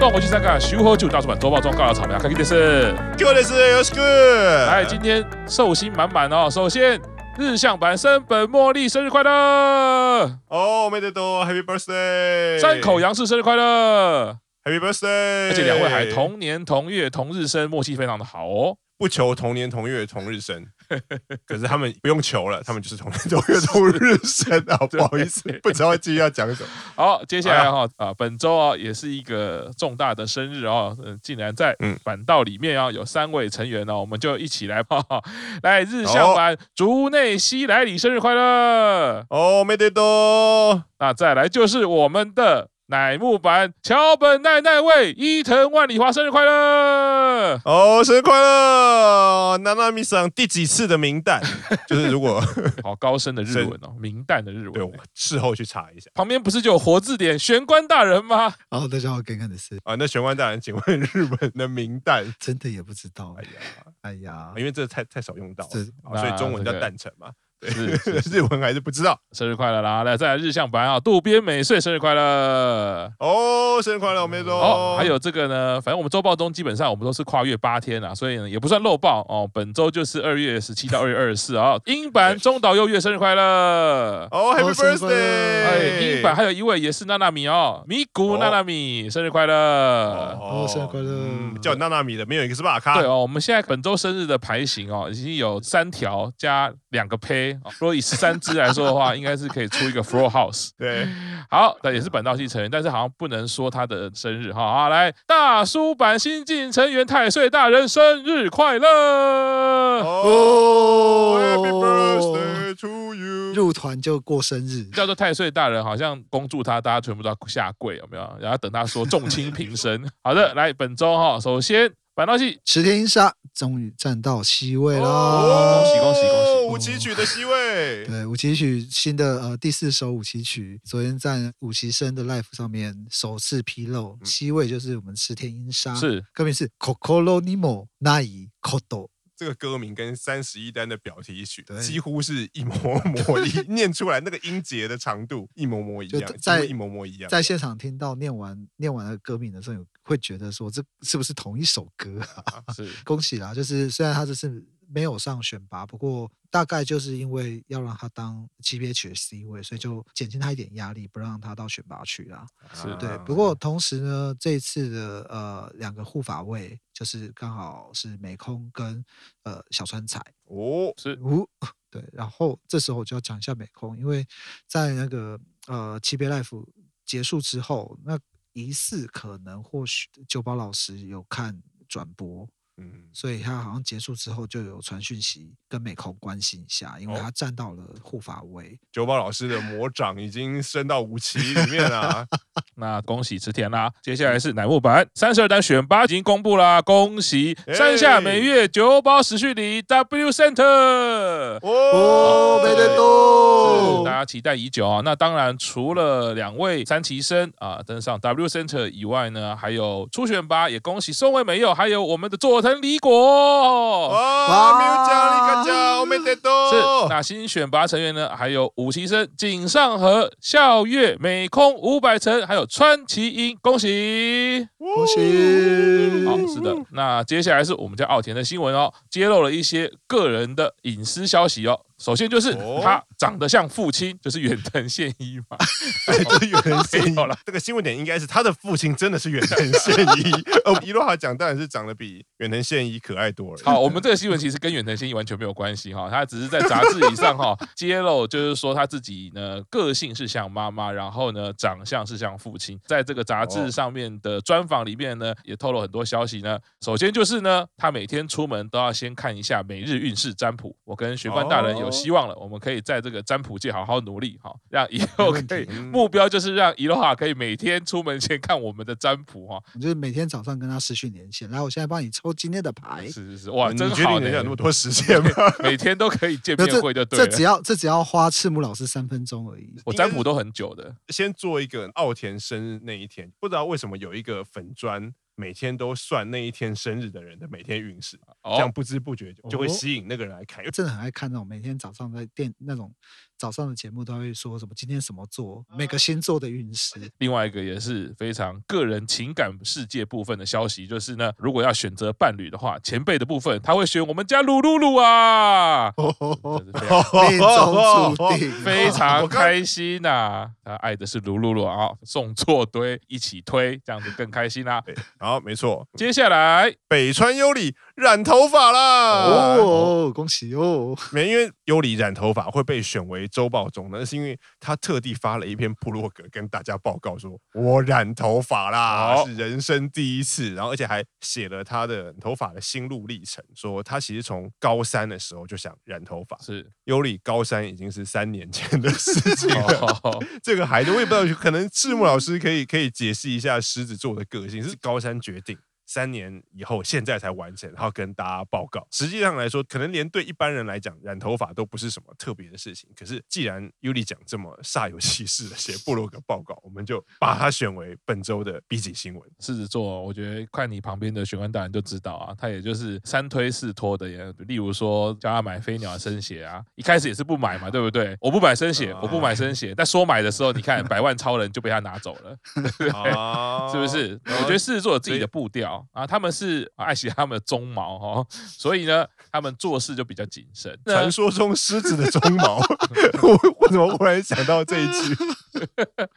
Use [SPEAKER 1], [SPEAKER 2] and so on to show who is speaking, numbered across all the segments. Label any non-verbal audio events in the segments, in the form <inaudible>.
[SPEAKER 1] 動回去三看《徐喝酒大叔版》周报中告老草莓啊，开机电视。
[SPEAKER 2] 今日是よろしく。
[SPEAKER 1] 哎，今天寿星满满哦。首先，日向版森本茉莉生日快乐，
[SPEAKER 2] 哦，おめでとう，Happy Birthday！
[SPEAKER 1] 山口洋次生日快乐。
[SPEAKER 2] ，Happy Birthday！
[SPEAKER 1] 而且两位还同年同月同日生，默契非常的好哦。
[SPEAKER 2] 不求同年同月同日 <laughs> 生，可是他们不用求了，他们就是同年同月同日 <laughs> 生啊！不好意思，不知道继续要讲什么。
[SPEAKER 1] 好，接下来哈、啊，本周啊也是一个重大的生日哦，嗯，竟然在
[SPEAKER 2] 嗯
[SPEAKER 1] 板道里面啊有三位成员呢、我们就一起来吧，来日向版竹内希来里生日快乐，
[SPEAKER 2] <laughs> 哦，おめでとう！
[SPEAKER 1] 那再来就是我们的乃木坂桥本奈奈未伊藤万里华生日快 <laughs> 乐。
[SPEAKER 2] 哦，生日快乐！娜娜咪桑哦第几次的名 <laughs> 单？就是如果
[SPEAKER 1] 好高深的日
[SPEAKER 2] 生
[SPEAKER 1] 文哦，明淡的日
[SPEAKER 2] 对
[SPEAKER 1] 文
[SPEAKER 2] 我。事后去查一下
[SPEAKER 1] 旁边不是就有活字典玄关大人吗？
[SPEAKER 3] 哦，大家好，刚刚的是
[SPEAKER 2] 啊。那玄关大人，请问日本的名单？
[SPEAKER 3] 真的也不知道
[SPEAKER 2] 哎，呀，
[SPEAKER 3] 哎呀，
[SPEAKER 2] 因为这太太少用到了
[SPEAKER 3] 是，
[SPEAKER 2] 啊所以中文
[SPEAKER 1] 那这
[SPEAKER 2] 叫
[SPEAKER 1] 个
[SPEAKER 2] 蛋城嘛，
[SPEAKER 1] 是是是
[SPEAKER 2] <laughs> 日文还是不知道。
[SPEAKER 1] 生日快乐啦！来，再来日向版啊，渡边美穗生日快乐。
[SPEAKER 2] 哦，生日快乐，我们都
[SPEAKER 1] 哦，还有这个呢，反正我们周报中基本上我们都是跨越八天啊，所以呢也不算漏报哦。本周就是二月十七到二月二十四啊。英版中岛佑月生日快乐！
[SPEAKER 2] 哦，Happy
[SPEAKER 3] 哦生日快乐
[SPEAKER 2] Birthday！
[SPEAKER 1] 哎，英版还有一位也是娜娜米哦，米谷
[SPEAKER 2] 哦
[SPEAKER 1] 娜娜米生日快乐！
[SPEAKER 3] 哦生日快乐
[SPEAKER 2] 嗯叫娜娜米的没有一个是巴卡，
[SPEAKER 1] 对哦，我们现在本周生日的牌型哦，已经有三条加两个胚。哦如果以十三只来说的话，应该是可以出一个 Floor House。
[SPEAKER 3] <laughs>
[SPEAKER 2] 对，
[SPEAKER 1] 好，那也是本道系成员，但是好像不能说他的生日哈。好，来，大叔版新晋成员太岁大人生日快乐！
[SPEAKER 2] 哦，Happy
[SPEAKER 3] 哦
[SPEAKER 2] Birthday to you！
[SPEAKER 3] 入团就过生日，
[SPEAKER 1] 叫做太岁大人，好像恭祝他，大家全部都要下跪，有没有？然后等他说众卿平身。好的，来本周哈，首先本道系
[SPEAKER 3] 池田英沙终于站到 C 位
[SPEAKER 1] 哦恭
[SPEAKER 3] 啦。
[SPEAKER 1] 喜恭喜恭喜
[SPEAKER 2] 哦五期曲的 C 位，
[SPEAKER 3] 嗯对五期曲新的呃第四首五期曲，昨天在五期生的 live 上面首次披露，C 位就是我们池田英沙，
[SPEAKER 1] 是
[SPEAKER 3] 歌名是 Kokoro Nimo Nai Koto，
[SPEAKER 2] 这个歌名跟三十一单的表题曲
[SPEAKER 3] 对
[SPEAKER 2] 几乎是一模模一，
[SPEAKER 3] <laughs>
[SPEAKER 2] 念出来那个音节的长度一模模一样，
[SPEAKER 3] 就在
[SPEAKER 2] 几乎一模模一样，
[SPEAKER 3] 在现场听到念完念完了歌名的时候，有会觉得说这是不是同一首歌啊？
[SPEAKER 1] 是
[SPEAKER 3] 恭喜啦！就是虽然他这次没有上选拔，不过大概就是因为要让他当 G B H 的 C 位，所以就减轻他一点压力，不让他到选拔去啦。
[SPEAKER 1] 是
[SPEAKER 2] 啊
[SPEAKER 3] 对，不过同时呢，这一次的呃两个护法位就是刚好是美空跟呃小川彩。
[SPEAKER 2] 哦，
[SPEAKER 1] 是
[SPEAKER 3] 五对，然后这时候我就要讲一下美空，因为在那个呃七别 life 结束之后，那疑似可能或许九保老师有看转播，
[SPEAKER 2] 嗯，
[SPEAKER 3] 所以他好像结束之后就有传讯息跟美空关心一下，因为
[SPEAKER 2] 哦
[SPEAKER 3] 他站到了护法位。
[SPEAKER 2] 九宝老师的魔掌已经伸到五期里面了，啊
[SPEAKER 1] 那恭喜池田啦！接下来是乃木坂三十二单选拔已经公布啦，恭喜山下美月九保史绪里 W Center。
[SPEAKER 2] 哦，
[SPEAKER 3] 没得
[SPEAKER 1] 是
[SPEAKER 3] 多
[SPEAKER 1] 大家期待已久啊！那当然，除了两位三旗生啊登上 W Center 以外呢，还有初选吧，也恭喜松尾美佑，还有我们的佐藤李果。
[SPEAKER 2] 哇，
[SPEAKER 3] 哇
[SPEAKER 2] 没有奖，你看奖，我没得
[SPEAKER 1] 是
[SPEAKER 2] 多。
[SPEAKER 1] 那新选拔成员呢？还有五旗生井上和孝月、美空、五百成，还有川崎英，恭喜！
[SPEAKER 2] 恭
[SPEAKER 3] 喜
[SPEAKER 2] 嗯
[SPEAKER 1] 好，
[SPEAKER 2] <laughs>
[SPEAKER 1] 是的。那接下来是我们家奥田的新闻哦，揭露了一些个人的隐私消息哦。首先就是
[SPEAKER 2] 哦
[SPEAKER 1] 他长得像父亲，就是远藤宪一嘛。
[SPEAKER 2] 就是远藤宪一
[SPEAKER 1] 没有啦。
[SPEAKER 2] 这个新闻点应该是他的父亲真的是远藤宪一， <laughs> 哦，一路哈讲当然是长得比远藤宪一可爱多了。
[SPEAKER 1] 好，我们这个新闻其实跟远藤宪一完全没有关系哈、他只是在杂志以上哈、揭露，就是说他自己呢个性是像妈妈，然后呢长相是像父亲。在这个杂
[SPEAKER 2] 哦
[SPEAKER 1] 志上面的专访里面呢，也透露很多消息呢。首先就是呢，他每天出门都要先看一下每日运势占卜。我跟玄关大人
[SPEAKER 2] 哦
[SPEAKER 1] 有希望了，我们可以在这个占卜界好好努力哈、让以后
[SPEAKER 3] 没问
[SPEAKER 1] 可以
[SPEAKER 3] 题
[SPEAKER 2] 嗯
[SPEAKER 1] 目标就是让伊洛哈可以每天出门前看我们的占卜哈、
[SPEAKER 3] 我就是每天早上跟他视讯连线，来，我现在帮你抽今天的牌。
[SPEAKER 1] 是是是，哇，
[SPEAKER 2] 哎你
[SPEAKER 1] 真
[SPEAKER 2] 确
[SPEAKER 1] 好
[SPEAKER 2] 定
[SPEAKER 1] 呢
[SPEAKER 2] 人家有那么多时间吗？ <laughs>
[SPEAKER 1] 每天都可以见
[SPEAKER 3] 没有
[SPEAKER 1] 面会就
[SPEAKER 3] 这
[SPEAKER 1] 对了。
[SPEAKER 3] 这只要这只要花赤木老师三分钟而已。
[SPEAKER 1] 我占卜都很久的，
[SPEAKER 2] 先做一个奥田生日那一天，不知道为什么有一个粉砖。每天都算那一天生日的人的每天运势，这样
[SPEAKER 1] 哦，
[SPEAKER 2] 不知不觉就就会
[SPEAKER 3] 哦
[SPEAKER 2] 吸引那个人来看。因为
[SPEAKER 3] 真的很爱看那种每天早上在电那种早上的节目都会说什么今天什么座，每个星座的运
[SPEAKER 1] <laughs>
[SPEAKER 3] 势。
[SPEAKER 1] 另外一个也是非常个人情感世界部分的消息，就是呢，如果要选择伴侣的话，前辈的部分他会选我们家鲁鲁鲁啊，
[SPEAKER 2] 哦
[SPEAKER 1] 真的是非常
[SPEAKER 3] 哦命中注定
[SPEAKER 1] 哦
[SPEAKER 3] 哦
[SPEAKER 1] 非常
[SPEAKER 2] 我刚
[SPEAKER 1] 开心呐、他爱的是鲁鲁鲁啊，送错堆一起推，这样子更开心啦、
[SPEAKER 2] <laughs>
[SPEAKER 1] 啊
[SPEAKER 2] 好，没错，
[SPEAKER 1] 接下来
[SPEAKER 2] 北川优里染头发啦！哦，
[SPEAKER 3] 哦，恭喜哦！
[SPEAKER 2] 没，因为优里染头发会被选为周报中，那是因为他特地发了一篇部落格跟大家报告说，我染头发啦，
[SPEAKER 1] 好
[SPEAKER 2] 是人生第一次，然后而且还写了他的头发的心路历程，说他其实从高三的时候就想染头发，
[SPEAKER 1] 是
[SPEAKER 2] 优里高三已经是三年前的事情
[SPEAKER 1] <laughs>
[SPEAKER 2] 了。
[SPEAKER 1] 哦，
[SPEAKER 2] 这个孩子，我也不知道，可能赤木老师可以可以解释一下狮子座的个性，是高三决定。三年以后，现在才完成，然后跟大家报告。实际上来说，可能连对一般人来讲，染头发都不是什么特别的事情。可是，既然尤里讲这么煞有其事的写布洛格报告，我们就把它选为本周的 B 级新闻。
[SPEAKER 1] 狮子座，哦我觉得看你旁边的玄关大人就知道啊，他也就是三推四拖的耶。例如说叫他买飞鸟的生鞋啊，一开始也是不买嘛，对不对？我不买生鞋，我不买生鞋。但说买的时候，你看百万超人就被他拿走了，<laughs>
[SPEAKER 2] 啊
[SPEAKER 1] 是不？是？
[SPEAKER 2] 哦
[SPEAKER 1] 我觉得狮子座有自己的
[SPEAKER 2] 所以
[SPEAKER 1] 步调啊，他们是啊爱惜他们的鬃毛哦，所以呢，他们做事就比较谨慎。那
[SPEAKER 2] 传说中狮子的鬃毛，我为什么忽然想到这一句？ <laughs>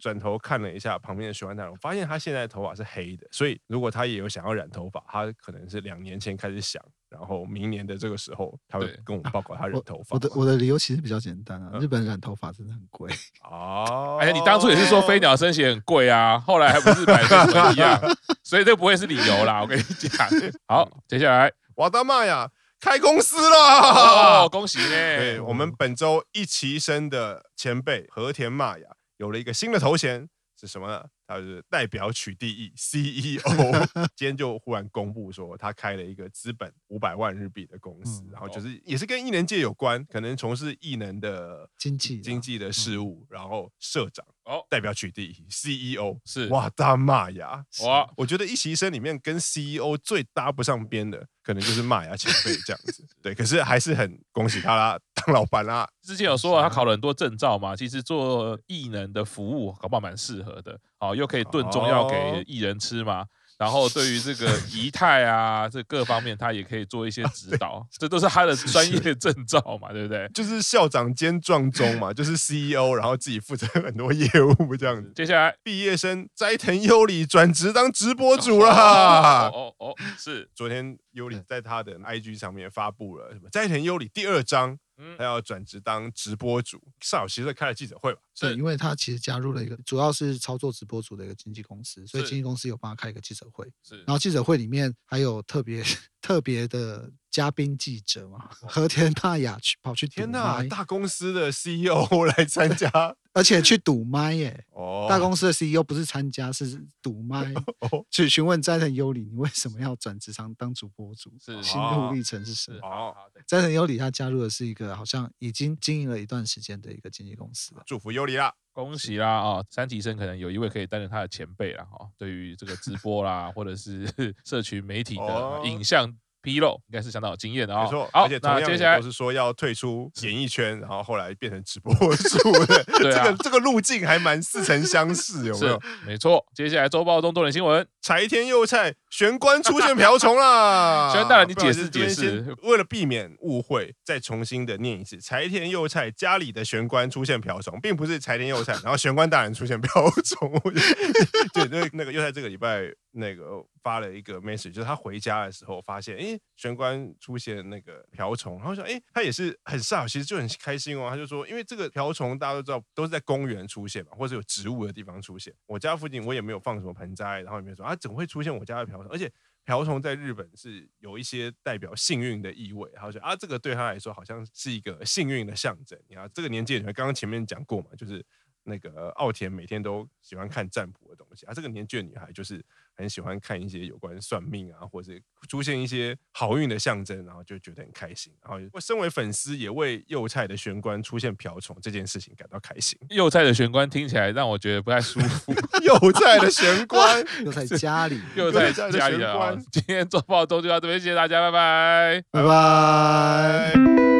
[SPEAKER 2] 转头看了一下旁边的许安大人，我发现他现在头发是黑的，所以如果他也有想要染头发，他可能是两年前开始想，然后明年的这个时候他会
[SPEAKER 1] 对
[SPEAKER 2] 跟我们报告他染
[SPEAKER 3] 我
[SPEAKER 2] 头发。
[SPEAKER 3] 我的我的理由其实比较简单啊，
[SPEAKER 2] 嗯
[SPEAKER 3] 日本染头发真的很贵。
[SPEAKER 2] 哦，
[SPEAKER 1] 哎呀，你当初也是说飞 <laughs> 鸟生鞋很贵啊，后来还不是买的一模一样， <laughs> 所以这不会是理由啦，我跟你讲。好，接下来。
[SPEAKER 2] 我的妈呀，开公司啦！
[SPEAKER 1] 哦，恭喜
[SPEAKER 2] 对，
[SPEAKER 1] 呢！
[SPEAKER 2] 我们本周一期生的前辈和田玛雅有了一个新的头衔，是什么呢？他是代表取缔役 CEO，今 E 天就忽然公布说他开了一个资本五百万日币的公司，
[SPEAKER 3] 嗯
[SPEAKER 2] 然后就是也是跟艺能界有关，可能从事艺能的
[SPEAKER 3] 经济啊
[SPEAKER 2] 经济的事务，然后社长
[SPEAKER 1] 哦
[SPEAKER 2] 代表取缔役 CEO
[SPEAKER 1] 是
[SPEAKER 2] E 哇大玛雅
[SPEAKER 1] 哇
[SPEAKER 2] 哇，我觉得一席生里面跟 CEO 最搭不上边的，可能就是玛雅前辈这样
[SPEAKER 1] <laughs>
[SPEAKER 2] 子。对，可是还是很恭喜他啦，当老板啊啦。
[SPEAKER 1] 之前有说他考了很多证照嘛，其实做艺能的服务，搞不好蛮适合的。哦，又可以炖中药
[SPEAKER 2] 哦
[SPEAKER 1] 给艺人吃嘛。然后对于
[SPEAKER 2] <laughs>
[SPEAKER 1] 这个仪态啊，这各方面他也可以做一
[SPEAKER 2] 啊
[SPEAKER 1] 些指导，这都是他的专业证照嘛，对不对？
[SPEAKER 2] 就是校长兼撞钟嘛，就是 CEO，然后自己负责很多业务这样子。
[SPEAKER 1] 接下来
[SPEAKER 2] 毕业生斋藤优里转职当直播主 <laughs> 啦。
[SPEAKER 1] <laughs> 哦哦哦，是，
[SPEAKER 2] 昨天优里在他的 IG 上面发布了什么斋藤优里第二章，
[SPEAKER 1] 嗯
[SPEAKER 2] 他，要转职当直播主。上有其实开了记者会吧？
[SPEAKER 1] 是
[SPEAKER 3] 对，因为他其实加入了一个，主要是操作直播组的一个经纪公司，所以
[SPEAKER 1] 是
[SPEAKER 3] 经纪公司有帮他开一个记者会，
[SPEAKER 1] 是
[SPEAKER 3] 然，后记者会里面还有特别 <laughs> 特别的嘉宾记者嘛，和田大雅去跑去堵
[SPEAKER 2] 天呐，
[SPEAKER 3] 麦，
[SPEAKER 2] 大公司的 CEO 来参
[SPEAKER 1] <laughs>
[SPEAKER 2] 加
[SPEAKER 3] 而且去堵麦 <laughs> 耶、
[SPEAKER 2] 哦，
[SPEAKER 3] 大公司的 CEO 不是参加，是 <laughs> 堵麦
[SPEAKER 2] 哦，
[SPEAKER 3] 去询问斋藤优里，你为什么要转职当当主播主？
[SPEAKER 1] 是
[SPEAKER 3] 心路历程是什么？
[SPEAKER 1] 好好的，
[SPEAKER 3] 斋藤优里他加入的是一个好像已经经营了一段时间的一个经纪公司了。
[SPEAKER 2] 祝福优里啦。
[SPEAKER 1] 恭喜啦啊、哦！三体生可能有一位可以担任他的前辈啦哦，对于这个直播
[SPEAKER 2] <laughs>
[SPEAKER 1] 啦，或者是 <laughs> 社群媒体的
[SPEAKER 2] 哦
[SPEAKER 1] 影像披露，应该是相当有经验的啊、
[SPEAKER 2] 没错，
[SPEAKER 1] 好
[SPEAKER 2] 而且，同
[SPEAKER 1] 那
[SPEAKER 2] 样
[SPEAKER 1] 接
[SPEAKER 2] 也
[SPEAKER 1] 下来
[SPEAKER 2] 都是说要退出演艺圈，然后后来变成直播主的，
[SPEAKER 1] <laughs> 对
[SPEAKER 2] 这
[SPEAKER 1] 啊
[SPEAKER 2] 个这个路径还蛮似曾相识，有没
[SPEAKER 1] 是
[SPEAKER 2] 有？
[SPEAKER 1] 没错，接下来周报中多点新闻，
[SPEAKER 2] 柴田佑菜玄关出现瓢虫啦！
[SPEAKER 1] <laughs> 玄大人你
[SPEAKER 2] 不好意思
[SPEAKER 1] 解释解释，
[SPEAKER 2] 这边先为了避免误会，再重新的念一次：柴田佑菜家里的玄关出现瓢虫，并不是柴田佑菜，然后玄关大人出现瓢虫。我觉得 <laughs> 对，那那个佑菜这个礼拜那个发了一个 message，就是他回家的时候发现，诶，玄关出现那个瓢虫，然后想，诶，他也是很煞，其实就很开心哦。他就说，因为这个瓢虫大家都知道都是在公园出现嘛，或者有植物的地方出现。我家附近我也没有放什么盆栽，然后也没有说啊，怎么会出现我家的瓢虫？而且瓢虫在日本是有一些代表幸运的意味，他说啊，这个对他来说好像是一个幸运的象征。你看这个年纪的人，刚刚前面讲过嘛，就是那个奥田每天都喜欢看占卜的东西啊，这个年纪的女孩就是很喜欢看一些有关算命啊，或者是出现一些好运的象征，然后就觉得很开心。然后我身为粉丝，也为幼菜的玄关出现瓢虫这件事情感到开心。 <laughs>
[SPEAKER 1] 右菜的玄关听起来让我觉得不太舒服，
[SPEAKER 2] 幼菜的玄关，
[SPEAKER 3] 又 <laughs> 在家里，
[SPEAKER 1] 右
[SPEAKER 2] 菜
[SPEAKER 1] 菜
[SPEAKER 2] 的
[SPEAKER 1] 家里
[SPEAKER 2] 玄
[SPEAKER 1] 的啊、
[SPEAKER 2] 关
[SPEAKER 1] 今天周报中就到这边，谢谢大家，拜拜。
[SPEAKER 3] 拜拜。
[SPEAKER 2] 拜。